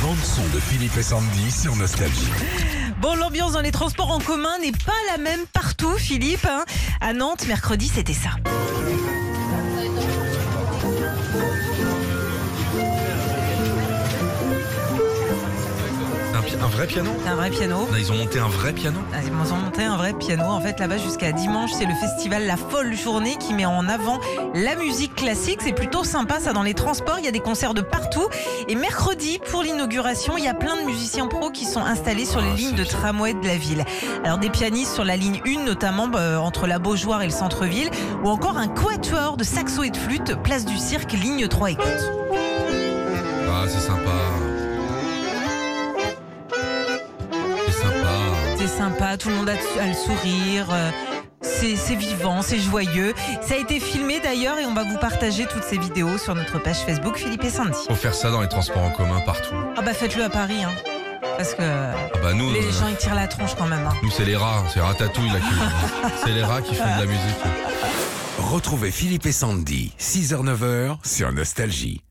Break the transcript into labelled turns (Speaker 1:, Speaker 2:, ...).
Speaker 1: bande-son de Philippe et Sandy sur Nostalgie.
Speaker 2: Bon, l'ambiance dans les transports en commun n'est pas la même partout, Philippe. hein. À Nantes, mercredi, c'était ça.
Speaker 3: Un, pi- un vrai piano
Speaker 2: Un vrai piano.
Speaker 3: Là, Ils ont monté un vrai piano
Speaker 2: Ah, Ils m'ont monté un vrai piano. En fait, là-bas, jusqu'à dimanche, c'est le festival La Folle Journée qui met en avant la musique classique. C'est plutôt sympa, ça, dans les transports. Il y a des concerts de partout. Et mercredi, pour l'inauguration, il y a plein de musiciens pros qui sont installés sur les
Speaker 3: Ah,
Speaker 2: lignes
Speaker 3: c'est
Speaker 2: de
Speaker 3: bien.
Speaker 2: tramway de la ville. Alors, des pianistes sur la ligne 1, notamment bah, entre la Beaujoire et le centre-ville, ou encore un quatuor de saxo et de flûte, place du cirque, ligne 3 écoute.
Speaker 3: Ah, c'est sympa. C'est sympa.
Speaker 2: C'est sympa, tout le monde a, a le sourire. euh, C'est c'est vivant, c'est joyeux. Ça a été filmé d'ailleurs et on va vous partager toutes ces vidéos sur notre page Facebook Philippe et Sandy.
Speaker 3: Faut faire ça dans les transports en commun partout.
Speaker 2: Ah bah faites-le à Paris, hein. Parce que
Speaker 3: Ah bah nous,
Speaker 2: les
Speaker 3: euh,
Speaker 2: gens ils tirent la tronche quand même. hein.
Speaker 3: nous c'est les rats, c'est Ratatouille là qui C'est les rats qui font de la musique.
Speaker 1: Retrouvez Philippe et Sandy, 6h-9h sur Nostalgie.